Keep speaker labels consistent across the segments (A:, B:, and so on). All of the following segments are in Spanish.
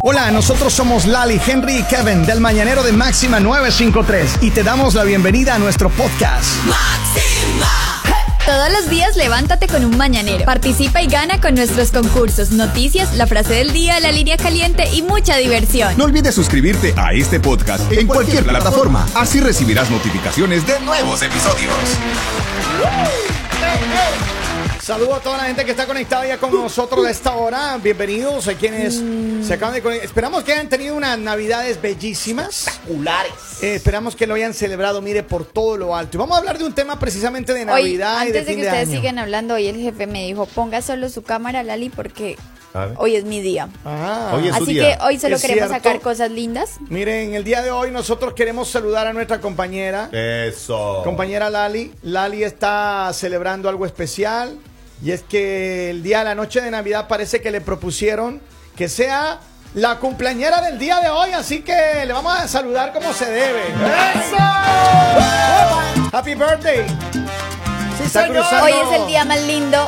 A: Hola, nosotros somos Lali, Henry y Kevin del Mañanero de Máxima 953 y te damos la bienvenida a nuestro podcast.
B: Todos los días levántate con un mañanero. Participa y gana con nuestros concursos, noticias, la frase del día, la línea caliente y mucha diversión.
C: No olvides suscribirte a este podcast en cualquier plataforma. Así recibirás notificaciones de nuevos episodios.
A: Saludo a toda la gente que está conectada ya con nosotros a esta hora. Bienvenidos a quienes
B: Mm.
A: se acaban de conectar. Esperamos que hayan tenido unas navidades bellísimas. Eh, esperamos que lo hayan celebrado, mire, por todo lo alto. Y vamos a hablar de un tema precisamente de
B: Hoy,
A: Navidad y de
B: antes de
A: fin
B: que
A: de
B: ustedes
A: año.
B: sigan hablando, hoy el jefe me dijo, ponga solo su cámara, Lali, porque
D: A ver.
B: hoy es mi día.
A: Ah.
D: Hoy es- su
B: Así
D: día.
B: que hoy solo
A: Es
B: queremos
A: cierto.
B: sacar cosas lindas.
A: Miren, el día de hoy nosotros queremos saludar a nuestra compañera.
D: Eso.
A: Compañera Lali, Lali está celebrando algo especial y es que el día de la noche de Navidad parece que le propusieron que sea la cumpleañera del día de hoy, así que le vamos a saludar como se debe. ¡Eso! Happy birthday. está cruzando,
B: Hoy es el día más lindo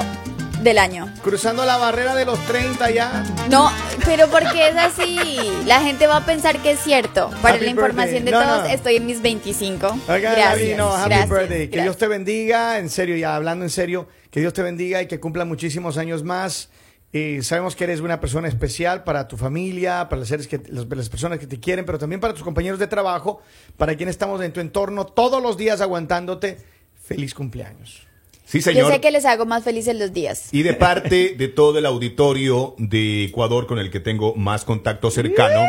B: del año.
A: cruzando la barrera de los 30 ya.
B: No, pero porque es así. La gente va a pensar que es cierto. Para
A: Happy
B: la información
A: birthday.
B: de
A: No,
B: todos,
A: no.
B: estoy en mis 25.
A: Oiga,
B: gracias.
A: Lali, no, happy
B: gracias,
A: birthday. Que
B: gracias.
A: Dios te bendiga, en serio, ya hablando en serio, que Dios te bendiga y que cumpla muchísimos años más. Y sabemos que eres una persona especial para tu familia, para las, seres que, las, las personas que te quieren, pero también para tus compañeros de trabajo, para quienes estamos en tu entorno todos los días aguantándote. Feliz cumpleaños.
D: Sí,
B: Yo
D: señor.
B: sé que les hago más felices los días.
D: Y de parte de todo el auditorio de Ecuador con el que tengo más contacto cercano,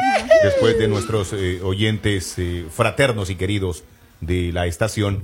D: después de nuestros eh, oyentes eh, fraternos y queridos de la estación,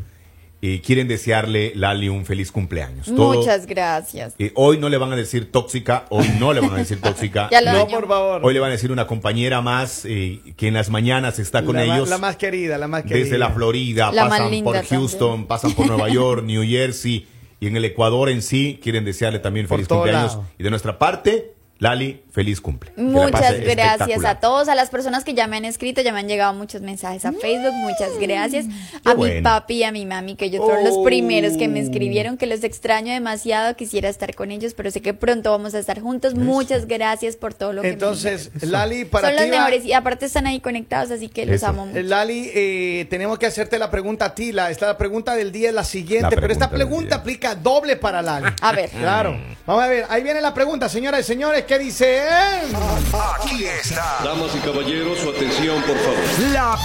D: eh, quieren desearle, Lali, un feliz cumpleaños. pues Todo-
B: Muchas gracias.
D: eh, hoy no le van a decir tóxica, hoy no le van a decir tóxica.
B: Ya lo
A: no,
B: dañó.
A: por favor.
D: Hoy le van a decir una compañera más eh, que en las mañanas está con
A: la, ma-
D: ellos.
A: la más querida, la más querida.
D: desde la Florida,
B: La más
D: pasan
B: linda
D: por
B: también.
D: Houston, pasan por Nueva York, New Jersey y en el Ecuador en sí quieren desearle también
A: Por
D: feliz
A: todo
D: cumpleaños.
A: lado.
D: Y de nuestra parte, Lali, feliz cumple. Que la
B: Muchas
D: pase
B: gracias
D: espectacular.
B: a todos, a las personas que ya me han escrito, ya me han llegado muchos mensajes a Facebook, muchas gracias. A mi
D: Mm, bueno.
B: papi y a mi mami, que ellos fueron los
D: Oh.
B: primeros que me escribieron, que los extraño demasiado, quisiera estar con ellos, pero sé que pronto vamos a estar juntos. Muchas gracias por todo lo que me
A: Entonces,
B: dijeron.
A: Lali, para
B: Son
A: ti
B: los
A: va-
B: mejores y aparte están ahí conectados, así que los
D: Eso.
B: amo mucho.
A: Lali, eh, tenemos que hacerte la pregunta a ti. La, esta, la pregunta del día es la
D: La
A: siguiente, pero
D: pregunta
A: esta
D: del
A: pregunta
D: día.
A: aplica doble para Lali.
B: A ver.
A: Claro. Vamos a ver, ahí viene la pregunta, señoras y señores, ¿qué dice?
E: Aquí está
F: Damas y caballeros, su atención, por favor.
E: la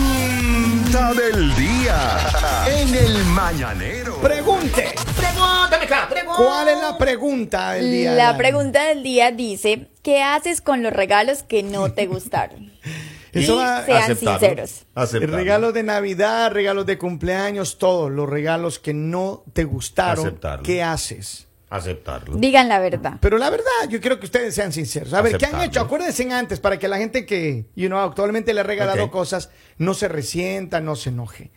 E: pregunta del día en el mañanero.
A: Pregunte. ¿Cuál es la pregunta del día?
B: La
A: Lali?
B: pregunta del día dice, ¿qué haces con los regalos que no te gustaron?
A: Eso
B: Y
A: va-
B: sean
D: Aceptarlo,
B: sinceros.
D: aceptarlo.
A: Regalos de Navidad, regalos de cumpleaños, todos los regalos que no te gustaron.
D: Aceptarlo.
A: ¿Qué haces?
D: Aceptarlo.
B: Digan la verdad.
A: Pero la verdad, yo quiero que ustedes sean sinceros. A ver, ¿qué han
D: Aceptable.
A: hecho? Acuérdense antes para que la gente que, you know, actualmente le ha regalado
D: Ok.
A: cosas no se resienta, no se enoje.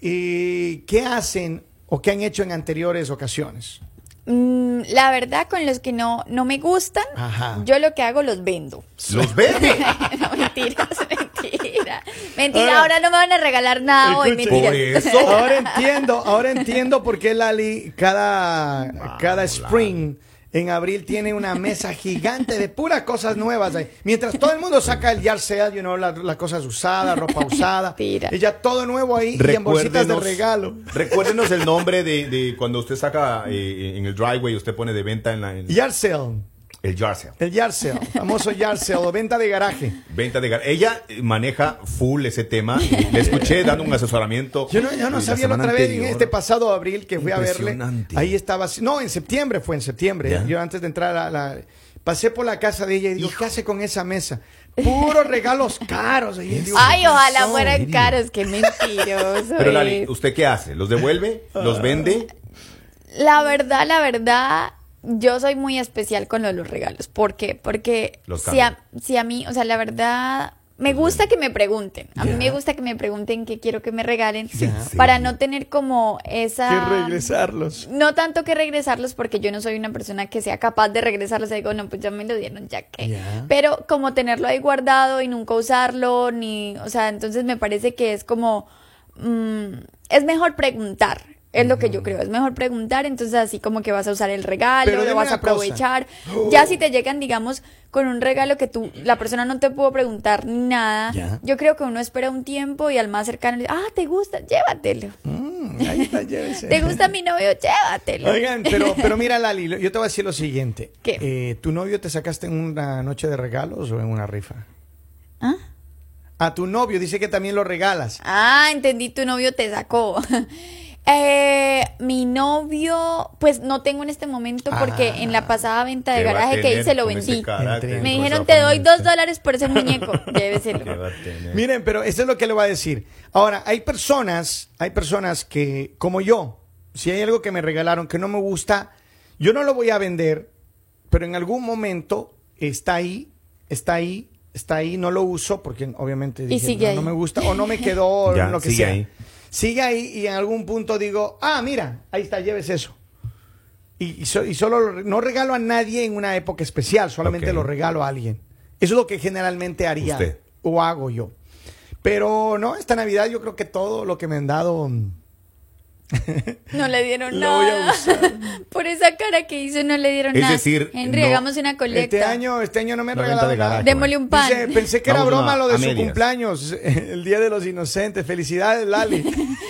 A: ¿Y qué hacen o qué han hecho en anteriores ocasiones?
B: Mm, la verdad, con los que no, no me gustan,
A: Ajá.
B: yo lo que hago los vendo.
D: Los vende.
B: no, mentiras, mentira.
A: Ahora-
B: Mentira, ahora no me van a regalar nada hoy,
A: Escuche.
B: mentira.
D: Por eso.
A: Ahora entiendo, ahora entiendo por qué Lali cada, cada spring en abril tiene una mesa gigante de puras cosas nuevas. ahí. Mientras todo el mundo saca el yard sale, you know, la- las cosas usadas, ropa usada.
B: Mentira.
A: Ella todo nuevo ahí y en bolsitas de regalo.
D: recuérdenos el nombre de, de cuando usted saca eh, en el driveway, usted pone de venta en, la, en
A: Yard sale.
D: el yard sale.
A: El yard sale, famoso yard sale, o venta de garaje.
D: Venta de gar- Ella eh, maneja full ese tema. Le escuché dando un asesoramiento.
A: Yo no, yo no
D: eh,
A: sabía la
D: semana
A: otra vez, en
D: anterior.
A: este pasado abril que fui a verle,
D: Impresionante.
A: ahí estaba, así- no, en septiembre fue, en septiembre,
D: Ya.
A: yo antes de entrar a la... Pasé por la casa de ella y digo, ¿qué hace con esa mesa? Puros regalos caros. Y yo digo,
B: Ay,
A: ¿qué
B: ojalá
A: pasó?
B: fueran caros, qué mentiroso.
D: Pero Lali,
B: es.
D: ¿usted qué hace? ¿Los devuelve? ¿Los vende?
B: La verdad, la verdad, yo soy muy especial con lo de los regalos. ¿Por qué? Porque
D: Los
B: si a, si a mí, o sea, la verdad, me gusta que me pregunten. A mí me gusta que me pregunten qué quiero que me regalen para no tener como esa...
A: Que regresarlos.
B: No tanto que regresarlos porque yo no soy una persona que sea capaz de regresarlos. Digo, no, pues ya me lo dieron, ya que.
A: Ya.
B: Pero como tenerlo ahí guardado y nunca usarlo, ni, o sea, entonces me parece que es como, mm, es mejor preguntar. Es lo que yo creo, es mejor preguntar, entonces así como que vas a usar el regalo,
A: Pero dime
B: lo vas a
A: una cosa.
B: aprovechar. Ya si te llegan, digamos, con un regalo que tú, la persona no te pudo preguntar ni nada.
A: Ya.
B: Yo creo que uno espera un tiempo y al más cercano le dice, ah, ¿te gusta? Llévatelo.
D: Mm,
A: Ahí está, llévese.
B: ¿Te gusta mi novio? Llévatelo.
A: Oigan, pero, pero mira, Lali, lo- yo te voy a decir lo siguiente.
B: ¿Qué?
A: Eh, ¿Tu novio te sacaste en una noche de regalos o en una rifa?
B: ¿Ah?
A: A tu novio dice que también lo regalas.
B: Ah, entendí, tu novio te sacó. Eh, mi novio, pues no tengo en este momento porque
A: Ah.
B: en la pasada venta de
D: ¿Qué va a
B: garaje que
D: tener
B: hice lo
D: con ese
B: vendí.
D: carácter,
A: Me
D: con
B: Me
D: esa
B: dijeron, te doy
D: familia?
B: dos dólares por ese muñeco, lléveselo.
D: ¿Qué va a tener?
A: Miren, pero esto es lo que le voy a decir. Ahora, hay personas, hay personas que, como yo, si hay algo que me regalaron que no me gusta, yo no lo voy a vender, pero en algún momento está ahí, está ahí, está ahí, no lo uso porque obviamente dije,
B: sigue
A: no,
B: ahí.
A: no me gusta o no me quedó o
D: Ya,
A: lo que
D: sigue
A: sea.
D: ahí.
A: Sigue ahí y en algún punto digo, ah, mira, ahí está, lleves eso. Y, y so- y solo lo re- no regalo a nadie en una época especial, solamente
D: Ok.
A: lo regalo a alguien. Eso es lo que generalmente haría
D: Usted.
A: o hago yo. Pero no, esta Navidad yo creo que todo lo que me han dado. mm,
B: No le dieron
A: Lo voy a
B: nada. Por esa cara que hizo no le dieron
D: Es
B: nada.
D: decir,
B: Henry,
D: no-
B: hagamos una colecta.
A: Este año, este año no me han
D: La venta
A: regalado
D: de garaje.
A: nada.
B: Démosle un pan.
A: Dice, pensé que era
D: Vamos a-
A: broma lo de
D: a
A: su
D: medias.
A: cumpleaños, el Día de los Inocentes. Felicidades, Lali.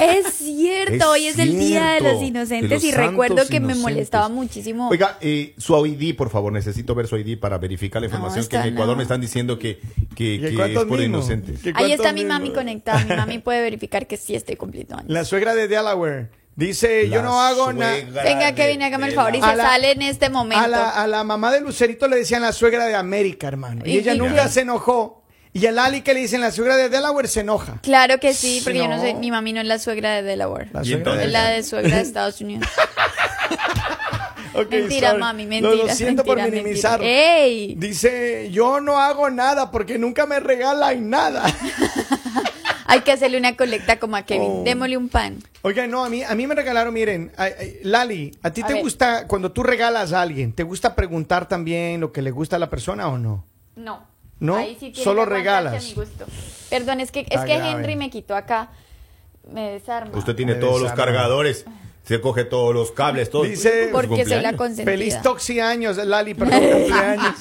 B: Es cierto,
D: Es
B: hoy es el Día de
D: cierto,
B: los
D: de
B: Inocentes
D: los
B: y recuerdo que
D: santos
B: me
D: inocentes.
B: molestaba muchísimo.
D: Oiga, eh, su ID, por favor, necesito ver su ID para verificar la
B: No,
D: información que
B: esta
D: en Ecuador
B: no.
D: me están diciendo que, que,
A: ¿Y
D: que
A: cuántos
D: es por
A: mimos?
D: inocentes.
A: ¿Qué
B: Ahí
A: cuántos
B: está mi
A: mimos?
B: mami conectada. Mi mami puede verificar que sí estoy cumpliendo años.
A: La suegra de Delaware dice: Yo no hago nada.
B: Venga, Kevin, hágame el favor y
A: A
B: se
A: la-
B: sale en este momento.
A: A la, a la mamá de Lucerito le decían la suegra de América, hermano. Y,
B: ¿Y-
A: ella
B: y
A: nunca
B: qué?
A: se enojó. Y a Lali que le dicen la suegra de Delaware se enoja.
B: Claro que sí, porque yo
A: No.
B: no sé, mi mami no es la suegra de Delaware.
A: La
D: Y
A: suegra
D: entonces-
B: Es
A: de-
B: la de suegra de Estados Unidos.
A: Ok,
B: mentira,
A: sorry.
B: mami,
A: Lo-
B: mentira.
A: Lo, siento por
B: mentira,
A: minimizar.
B: mentira. ¡Ey!
A: Dice, yo no hago nada porque nunca me regalan nada.
B: Hay que hacerle una colecta como a Kevin.
A: Oh.
B: Démosle un pan.
A: Oigan, no, a mí, a mí me regalaron, miren, ay, ay, Lali, ¿a ti
B: A
A: te
B: ver.
A: gusta, cuando tú regalas a alguien, ¿te gusta preguntar también lo que le gusta a la persona o no?
B: No.
A: ¿No?
B: Ahí sí tiene
A: Solo
B: que aguantarse
A: regalas.
B: a mi gusto. Perdón, es que, es
A: Está
B: que
A: grave.
B: Henry me quitó acá. Me desarma.
D: Usted tiene
A: Me
D: todos los
A: desarma.
D: cargadores, se coge todos los cables, todo.
A: Dice-
D: Su
B: Porque soy la
D: cumpleaños.
B: consentida.
A: Feliz toxi años, Lali, perdón, cumpleaños.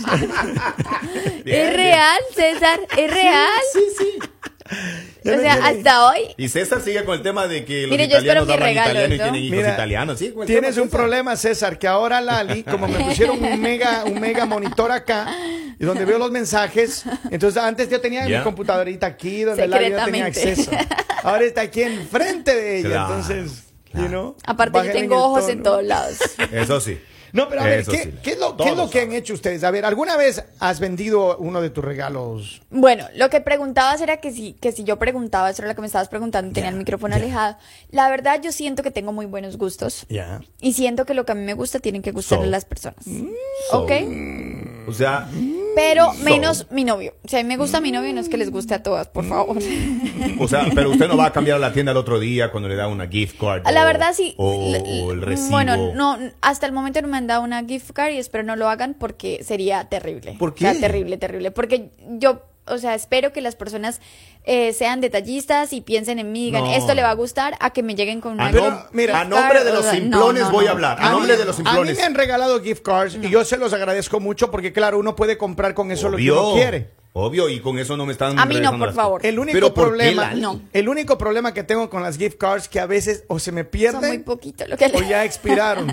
D: Bien,
B: ¿Es real, César? ¿Es real? Sí, sí.
A: Ya
B: O
A: me
B: sea,
A: quiere-
B: hasta hoy.
D: Y César sigue con el tema de que los
B: Mire, yo espero
D: italianos
B: mis
D: hablan
B: regalos,
D: italiano y
B: ¿no?
D: tienen hijos
A: Mira,
D: italianos. Sí,
B: Pues
D: con el
A: Tienes
D: tema,
A: un
D: César.
A: problema, César, que ahora Lali, como me pusieron un mega, un mega monitor acá, y donde veo los mensajes, entonces antes yo tenía
D: Ya.
A: mi computadorita aquí, donde Lali no tenía acceso.
B: Secretamente.
A: Ahora está aquí enfrente de ella,
D: Claro,
A: entonces,
D: claro.
A: you know,
B: Aparte, yo
A: bájale
B: tengo
A: el
B: ojos en
A: tono.
B: todos lados.
D: Eso sí.
A: No, pero a ver,
D: Eso
A: ¿qué,
D: sí.
A: qué es lo, qué es lo
D: Todos
A: que han hecho ustedes? A ver, ¿alguna vez has vendido uno de tus regalos?
B: Bueno, lo que preguntabas era que si, que si yo preguntaba, eso era lo que me estabas preguntando, tenía el micrófono alejado. La verdad, yo siento que tengo muy buenos gustos.
A: Ya.
B: Y siento que lo que a mí me gusta tienen que gustarle
D: So. Mm.
B: a las personas.
D: So.
B: ¿Ok?
D: O sea,
B: Pero
D: So.
B: menos mi novio. Si a mí me gusta mi novio, no es que les guste a todas, por
D: Mm.
B: favor.
D: o sea, pero usted no va a cambiar a la tienda el otro día cuando le da una gift card.
B: Ah, la
D: o-
B: verdad sí.
D: O,
B: la-
D: o el recibo.
B: Bueno, no, hasta el momento no me han dado una gift card y espero no lo hagan porque sería terrible.
D: ¿Por
B: O
D: qué?
B: sea, terrible, terrible. Porque yo, o sea, espero que las personas eh, sean detallistas y piensen en mí, digan,
D: No.
B: esto le va a gustar, a que me lleguen con una
D: A,
B: gift
D: nom-
A: Ah, mira,
D: a nombre de
B: card, o
D: los
B: sea, no,
D: simplones
B: no,
D: voy a
B: no.
D: hablar. A,
A: mí-
D: nombre de los
A: A mí
D: simplones.
A: me han regalado gift cards y yo se los agradezco mucho porque, claro, uno puede comprar con eso lo que uno quiere.
D: Obvio, y con eso no me están.
B: A mí no,
D: regresando
B: por
D: las-
B: favor.
A: El único
D: Pero ¿por qué,
A: problema,
D: Lali?
B: No.
A: el único problema que tengo con las gift cards que a veces o se me
B: Son muy
A: pierden
B: poquito lo que
A: o
B: le-
A: ya expiraron.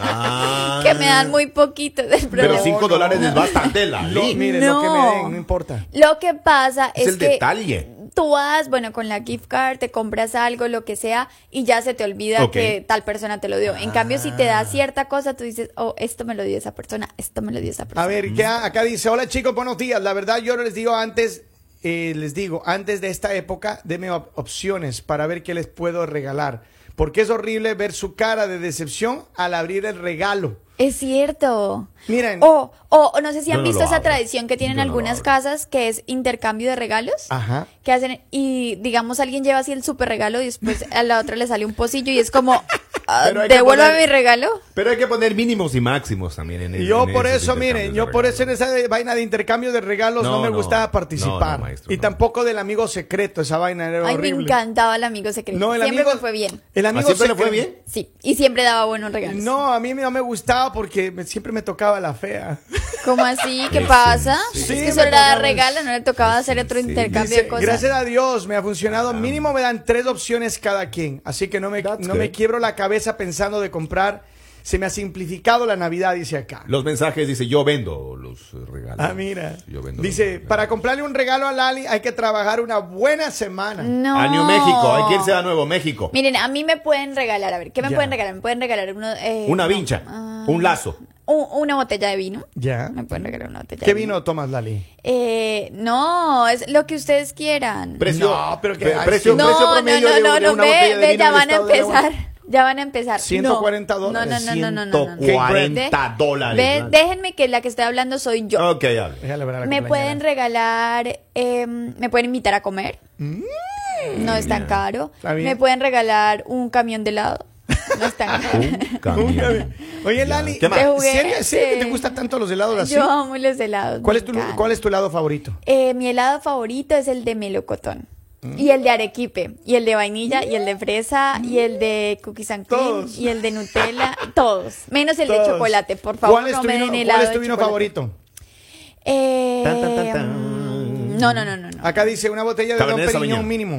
D: Ah.
B: que me dan muy poquito del
D: Pero
B: problema.
D: cinco
A: No, no,
D: dólares
A: no.
D: es bastante, Lali.
A: Lo- mire, lo que me den, no importa.
B: Lo que pasa
D: Es
B: es,
D: el
B: que
D: detalle.
B: tú vas, bueno, con la gift card, te compras algo, lo que sea, y ya se te olvida
D: Ok. Ah.
B: que tal persona te lo dio. En cambio, si te da cierta cosa, tú dices, oh, esto me lo dio esa persona, esto me lo dio esa persona.
A: A ver, que a- acá dice, hola chicos, buenos días. La verdad yo les digo antes, eh, les digo, antes de esta época, deme op- opciones para ver qué les puedo regalar. Porque es horrible ver su cara de decepción al abrir el regalo.
B: Es cierto.
A: Miren.
B: O, o, o no sé si
D: Yo
B: han
D: no
B: visto
D: lo
B: esa
D: abro.
B: tradición que tienen
D: Yo no lo
B: algunas
D: abro.
B: casas, que es intercambio de regalos.
A: Ajá.
B: Que hacen, y digamos, alguien lleva así el super regalo y después a la otra le sale un pocillo y es como, "Ah,
D: Pero hay que
B: Devuélvame
D: poner-
B: mi regalo.
D: Pero hay que poner mínimos y máximos también en el-
A: Yo
D: en
A: por
D: esos
A: eso, miren,
D: intercambios
A: yo
D: de
A: por
D: regalos.
A: eso en esa de- vaina de intercambio de regalos no,
D: No,
A: me
D: no.
A: gustaba
D: No, no,
A: participar.
D: maestro,
A: y
D: no.
A: tampoco del amigo secreto, esa vaina era
B: Ay, me
A: horrible.
B: encantaba el amigo secreto.
A: No, el
B: siempre
A: amigo
B: me fue bien.
A: El amigo
D: ¿Ah, siempre le fue
A: secreto-
D: bien?
B: Sí, y siempre daba buenos regalos.
A: No, a mí no me gustaba porque me- siempre me tocaba la fea.
B: ¿Cómo así? ¿Qué
D: Sí,
B: pasa?
D: sí,
A: sí.
B: es
A: Sí,
B: que solo
A: me
B: era dar
A: tocaba.
B: regalo, no le tocaba hacer otro
D: sí.
B: intercambio
A: Dice,
B: de cosas.
A: gracias a Dios me ha funcionado. Mínimo me dan tres opciones cada quien. Así que no me,
D: Ah. That's
A: no me
D: good.
A: quiebro la cabeza pensando de comprar. Se me ha simplificado la Navidad, dice acá.
D: Los mensajes dice, yo vendo los eh, regalos.
A: Ah, mira.
D: Yo vendo los
A: Dice,
D: regalos.
A: para comprarle un regalo a Lali hay que trabajar una buena semana.
B: No.
D: A New México, hay que irse a Nuevo México.
B: Miren, a mí me pueden regalar, a ver, ¿qué me
A: Ya.
B: pueden regalar? Me pueden regalar uno, eh,
D: Una
B: no,
D: vincha,
B: ah,
D: un lazo.
B: u- una botella de vino.
A: Ya.
B: Me pueden regalar una botella
A: ¿Qué
B: de vino.
A: vino tomas, Lali?
B: Eh, no, es lo que ustedes quieran.
D: Precio,
A: No, pero que-
D: pre-
A: ay,
D: precio,
A: sí.
B: no,
D: precio
B: no,
D: promedio
B: no,
D: de,
B: no,
D: de
B: no,
D: una
B: ve,
D: botella de
B: ve,
D: vino
B: ya
D: del
B: van a
D: estado de Nuevo-
B: empezar. Ya van a empezar.
A: 140
B: No,
A: dólares.
B: No, no, no, no, no, no, no.
D: 140
B: Ve,
D: dólares,
B: ve,
D: vale.
B: déjenme que la que estoy hablando soy yo.
D: Ok, hable.
A: Déjale ver a la
B: Me
A: cumpleañera.
B: pueden regalar, eh, me pueden invitar a comer. No es tan
D: Mm. bien.
B: caro.
A: Está bien.
B: Me pueden regalar un camión de helado. No es tan caro.
D: Un camión.
A: Oye,
D: Ya.
A: Lali,
D: ¿Qué más?
B: De juguete.
A: ¿serio, serio que te gustan tanto los helados así?
B: Yo amo los helados.
A: ¿Cuál
B: me
A: es, tu,
B: encantan.
A: ¿Cuál es tu helado favorito?
B: Eh, mi helado favorito es el de melocotón.
A: Mm.
B: Y el de arequipe, y el de vainilla, y el de fresa, y el de cookies and cream,
A: Todos.
B: y el de Nutella, todos, menos el
A: Todos.
B: de chocolate, por favor,
A: ¿Cuál es
B: no
A: tu
B: me
A: vino,
B: den helado.
A: ¿cuál es tu
B: de
A: vino
B: chocolate.
A: favorito?
B: Eh,
D: Tan, tan, tan, tan.
B: mm, No, no, no, no, no.
A: Acá dice una botella de
D: Cabernet
A: Don Periñón
D: Sauvignon.
A: mínimo.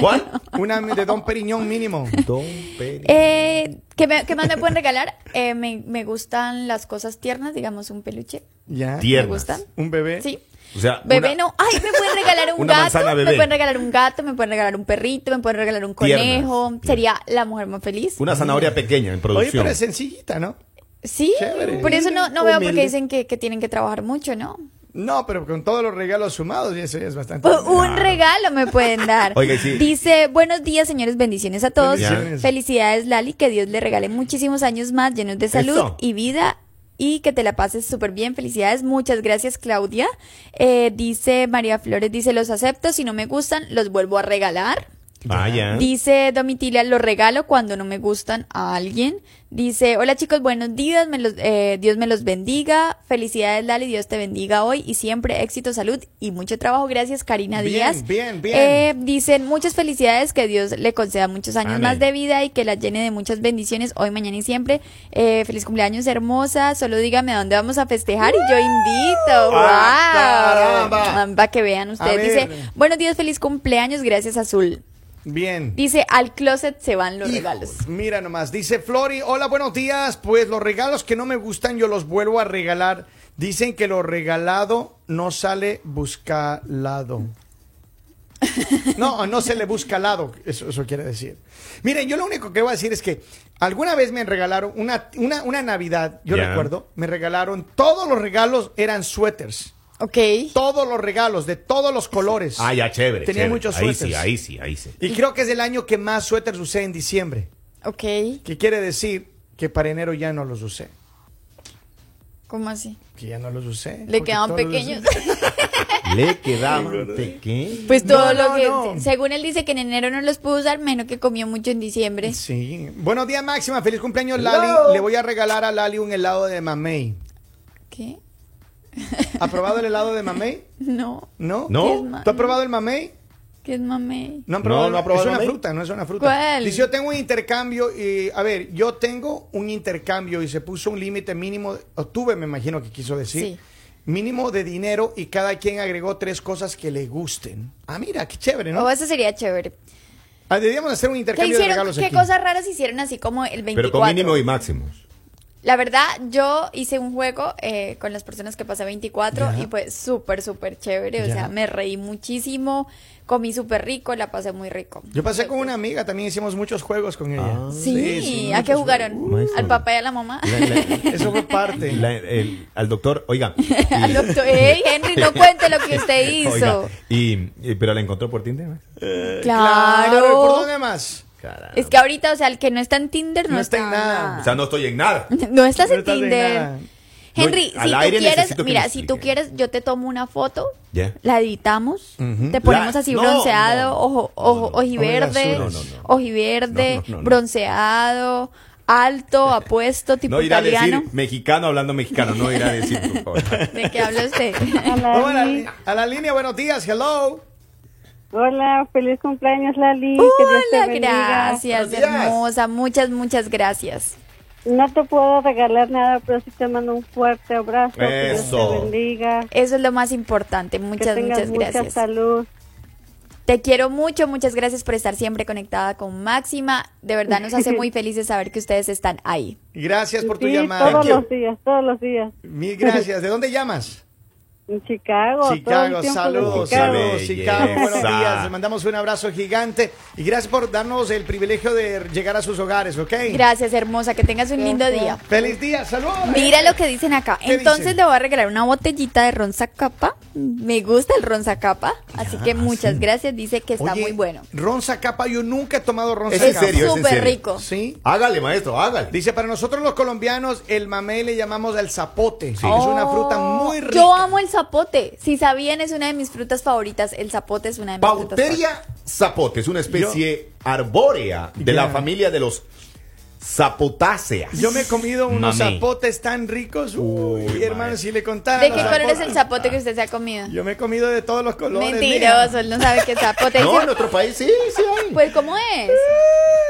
D: ¿Cuál?
A: Una de Don Periñón mínimo.
D: Don Peri-
B: Eh, ¿qué, me- qué más me pueden regalar? Eh, me, me gustan las cosas tiernas, digamos un peluche.
A: Ya.
D: Tiernas.
B: Me gustan.
A: Un bebé.
B: Sí.
D: O sea,
B: Bebé
D: una-
B: no. Ay, me pueden regalar un
D: Una
B: gato.
D: manzana
B: Me
D: bebé.
B: pueden regalar un gato, me pueden regalar un perrito, me pueden regalar un
D: Tiernas.
B: conejo. Sería la mujer más feliz.
D: Una zanahoria pequeña en
A: Oye,
D: producción.
A: pero es sencillita, ¿no?
B: Sí,
A: Chévere.
B: por eso no, no veo por
A: Humilde.
B: qué dicen que, que tienen que trabajar mucho, ¿no?
A: No, pero con todos los regalos sumados, y eso ya es bastante.
B: Pues Un regalo me pueden dar.
D: Oiga, y sí.
B: Dice, buenos días, señores, bendiciones a todos.
A: Bendiciones.
B: Felicidades, Lali, que Dios le regale muchísimos años más llenos de salud
D: Eso.
B: y vida y que te la pases súper bien. Felicidades, muchas gracias, Claudia. Eh, dice María Flores, dice, los acepto, si no me gustan, los vuelvo a regalar.
D: Vaya.
B: Dice Domitila, lo regalo cuando no me gustan a alguien. Dice, hola chicos, buenos días, me los- eh, Dios me los bendiga. Felicidades, Lali, Dios te bendiga hoy y siempre éxito, salud y mucho trabajo. Gracias, Karina
A: Bien,
B: Díaz.
A: bien, bien.
B: Eh, dicen, muchas felicidades, que Dios le conceda muchos años
D: Amén.
B: más de vida y que la llene de muchas bendiciones hoy, mañana y siempre. Eh, feliz cumpleaños, hermosa. Solo dígame a dónde vamos a festejar y yo invito.
A: ¡Ah,
B: ¡Wow! Para que vean ustedes.
A: ver.
B: Dice, buenos días, feliz cumpleaños, gracias, Azul.
A: Bien.
B: Dice, al closet se van los
A: Hijos,
B: regalos.
A: Mira nomás, dice Flori, hola, buenos días. Pues los regalos que no me gustan yo los vuelvo a regalar. Dicen que lo regalado no sale buscalado. No, no se le busca lado, eso, eso quiere decir. Miren, yo lo único que voy a decir es que alguna vez me regalaron una, una, una Navidad, yo
D: Ya.
A: recuerdo, me regalaron, todos los regalos eran suéteres.
B: Ok.
A: Todos los regalos, de todos los colores.
D: Ah, ya, chévere.
A: Tenía
D: chévere.
A: muchos
D: Ahí sí,
A: suéteres.
D: ahí sí, ahí sí.
A: Y creo que es el año que más suéteres usé en diciembre.
B: Ok.
A: Que quiere decir que para enero ya no los usé.
B: ¿Cómo así?
A: Que ya no los usé.
B: ¿Le
A: porque
B: quedaban
A: todos los
B: pequeños?
A: usé.
D: Le quedaban pequeños.
B: pues
A: No,
B: todo
A: no,
B: lo que...
A: no.
B: Según él dice que en enero no los pudo usar, menos que comió mucho en diciembre.
A: Sí. Buenos días, Máxima. Feliz cumpleaños, Lali. Le voy a regalar a Lali un helado de mamey.
B: ¿Qué?
A: ¿Ha probado el helado de mamey?
B: No.
A: ¿No?
D: No.
B: ¿Qué es ma-
A: ¿Tú has probado el mamey?
B: ¿Qué es mamey?
A: No, han
D: No, no ha
A: Es
D: probado
A: una
D: mamey.
A: fruta, no es una fruta.
B: ¿Cuál?
A: Dice, yo tengo un intercambio y, a ver, yo tengo un intercambio y se puso un límite mínimo, o tuve, me imagino que quiso decir,
B: Sí.
A: mínimo de dinero y cada quien agregó tres cosas que le gusten. Ah, mira, qué chévere, ¿no?
B: O Oh, eso sería chévere.
A: Ah, deberíamos hacer un
B: ¿Qué
A: intercambio de
B: hicieron?
A: regalos
B: ¿Qué
A: aquí.
B: cosas raras hicieron así como el 24?
D: Pero con mínimo y máximos.
B: La verdad, yo hice un juego eh, con las personas que pasé 24
A: Ya.
B: y fue súper, súper chévere.
A: Ya.
B: O sea, me reí muchísimo, comí súper rico, la pasé muy rico.
A: Yo pasé con una amiga, también hicimos muchos juegos con ella.
D: Eh, Ah.
B: Sí,
A: sí,
B: ¿a qué
A: muchos
B: jugaron?
D: juegos.
B: ¿Al papá y a la mamá?
D: La- la-
A: Eso fue parte.
D: la- el- al doctor, oiga.
B: Al doctor, hey Henry, no cuente lo que usted hizo.
D: Oiga, y, y- pero la encontró por Tinder. ¿no?
A: ¿y ¿Por
B: claro.
A: dónde más?
B: Es que ahorita, o sea, el que no está en Tinder no,
A: No está en nada.
D: O sea, no estoy en nada.
B: No estás
A: No
B: en
A: estás en
B: Tinder.
A: nada.
D: Yo
B: Henry,
D: al
B: si tú
D: aire
B: quieres,
D: necesito que me
B: mira, si tú
D: explique.
B: quieres, yo te tomo una foto,
D: Ya.
B: la editamos,
A: Ujú.
B: te ponemos así
D: no,
B: bronceado,
D: no,
B: ojo,
D: no,
B: ojo,
D: no, no.
B: ojiverde,
D: No, no, no.
B: ojiverde,
D: No, no, no, no.
B: bronceado, alto, apuesto, tipo
D: No irá a
B: italiano.
D: decir mexicano hablando mexicano, no irá a decir, por favor.
B: ¿De qué habla usted?
A: Vamos a, la,
G: Hola,
A: li- a la línea, buenos días, hello.
G: Hola, feliz cumpleaños, Lali. que Dios te
B: Hola,
G: bendiga.
B: gracias,
A: Buenos días.
B: hermosa, muchas, muchas gracias.
G: No te puedo regalar nada, pero sí te mando un fuerte abrazo. Que Dios
D: Eso.
G: te bendiga.
B: Eso es lo más importante, muchas,
G: que tengas
B: muchas
G: mucha
B: gracias.
G: salud.
B: Te quiero mucho, muchas gracias por estar siempre conectada con Máxima. De verdad nos hace muy felices saber que ustedes están ahí.
A: Gracias por tu
G: Sí,
A: llamada.
G: todos los días, todos los días.
A: Mil gracias. ¿De dónde llamas?
G: En Chicago. todo el
A: Chicago,
G: tiempo en
A: saludos,
G: Chicago.
A: saludos,
D: Qué
A: Chicago, buenos
D: belleza.
A: días. Les mandamos un abrazo gigante y gracias por darnos el privilegio de llegar a sus hogares, ¿ok?
B: Gracias, hermosa, que tengas un lindo día.
A: Feliz día, saludos.
B: Mira lo que dicen acá.
A: ¿Qué
B: Entonces
A: dicen?
B: le voy a regalar una botellita de ron Zacapa. Me gusta el ron Zacapa, así que muchas gracias. Dice que está
A: Ah, Oye,
B: muy bueno.
A: Ron Zacapa, yo nunca he tomado ron
D: ¿Es en
A: Zacapa.
D: serio? ¿Es en
B: Súper
D: serio?
B: rico.
A: Sí.
D: Hágale, maestro, hágale.
A: Dice, para nosotros los colombianos, el mamey le llamamos al zapote.
D: Sí.
A: Es una
B: Oh,
A: fruta muy rica.
B: Yo amo el zapote. Si sabían, es una de mis frutas favoritas. El zapote es una de mis frutas favoritas.
D: Pauteria zapote es una especie arbórea de la
A: Ya.
D: familia de los zapotáceas.
A: Yo me he comido unos
D: Mamey.
A: zapotes tan ricos. Uy,
D: Uy,
A: hermano,
D: mae.
A: si le contara.
B: ¿De
A: los
B: qué color es
A: zapotes-
B: el zapote que usted se ha comido?
A: Yo me he comido de todos los colores.
B: Mentiroso,
A: mija.
B: él no sabe qué zapote
D: No,
B: es.
D: en otro país sí, sí hay.
B: Pues, ¿cómo es?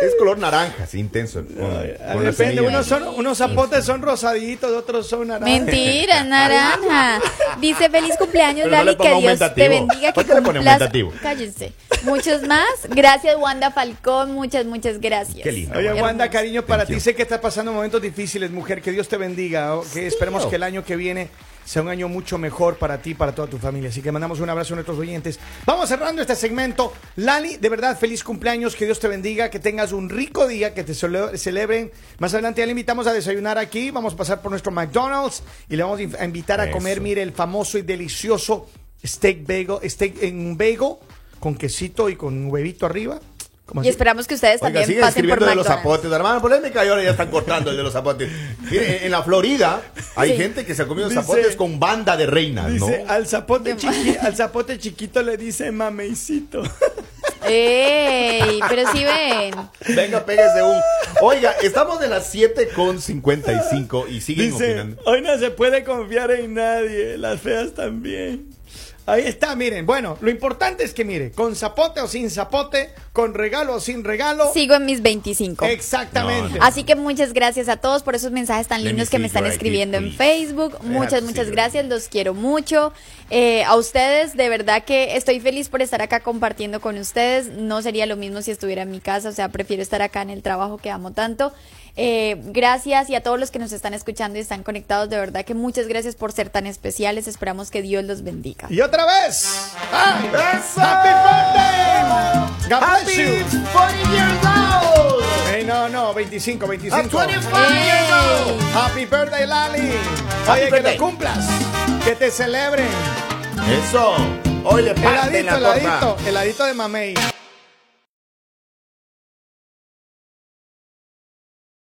D: es color naranja, sí, intenso. Con, con la
A: Depende,
D: semilla.
A: unos, son, unos zapotes son rosaditos, otros son naranjas.
B: Mentira, naranja. Dice feliz cumpleaños,
D: Pero no
B: Lali,
D: le ponga
B: que Dios te
D: aumentativo.
B: bendiga, que
D: ¿Por qué le pone
B: cumplas.
D: aumentativo?
B: Cállense. Muchos más. Gracias, Wanda Falcón. Muchas, muchas gracias.
D: Qué lindo.
A: Oye,
D: Hermoso.
A: Wanda, cariño, para
D: Thank
A: ti
D: you.
A: sé que estás pasando momentos difíciles, mujer. Que Dios te bendiga. o- Que esperemos que el año que viene sea un año mucho mejor para ti y para toda tu familia. Así que mandamos un abrazo a nuestros oyentes. Vamos cerrando este segmento. Lali, de verdad, feliz cumpleaños. Que Dios te bendiga. Que tengas un rico día. Que te cele- celebren. Más adelante ya le invitamos a desayunar aquí. Vamos a pasar por nuestro McDonald's y le vamos a inv- a invitar a
D: Eso.
A: comer, mire, el famoso y delicioso steak bagel, steak en un bagel con quesito y con un huevito arriba. ¿Cómo
B: Y
A: así?
B: esperamos que ustedes
D: Oiga,
B: también
D: sigue
B: pasen por
D: escribiendo de los
B: McDonald's.
D: zapotes, hermano. Polémica y ahora ya están cortando el de los zapotes. Mire, en- en la Florida hay
B: Sí.
D: gente que se ha comido
A: Dice-
D: zapotes con banda de reinas, ¿no?
A: Dice, al, zapote chiqui- al zapote chiquito le dice mameicito.
B: ¡Ey! Pero sí ven.
D: Venga, pégase un. Oiga, estamos de las 7 con 55 y siguen
A: Dice,
D: opinando.
A: hoy no se puede confiar en nadie, las feas también. Ahí está, miren. Bueno, lo importante es que, mire, con zapote o sin zapote, con regalo o sin regalo.
B: Sigo en mis 25.
A: Exactamente.
B: Así que muchas gracias a todos por esos mensajes tan
D: Let me
B: lindos que
D: see
B: me están
D: your ID,
B: escribiendo en
D: please.
B: Facebook.
D: Let
B: Muchas,
D: me
B: muchas
D: see your
B: gracias, los quiero mucho. Eh, a ustedes, de verdad que estoy feliz por estar acá compartiendo con ustedes. No sería lo mismo si estuviera en mi casa, o sea, prefiero estar acá en el trabajo que amo tanto. Eh, gracias y a todos los que nos están escuchando y están conectados, de verdad que muchas gracias por ser tan especiales. Esperamos que Dios los bendiga.
A: Y otra vez. ¡Ay! ¡Happy birthday! God bless you. Eh, no, no, 25, 25.
D: I'm 25
B: years old.
A: Happy birthday, Lali. Oye, que
D: birthday.
A: lo cumplas. Que te celebren.
D: Eso. Hoy le parten
A: Heladito,
D: la torta.
A: heladito, heladito de mamey.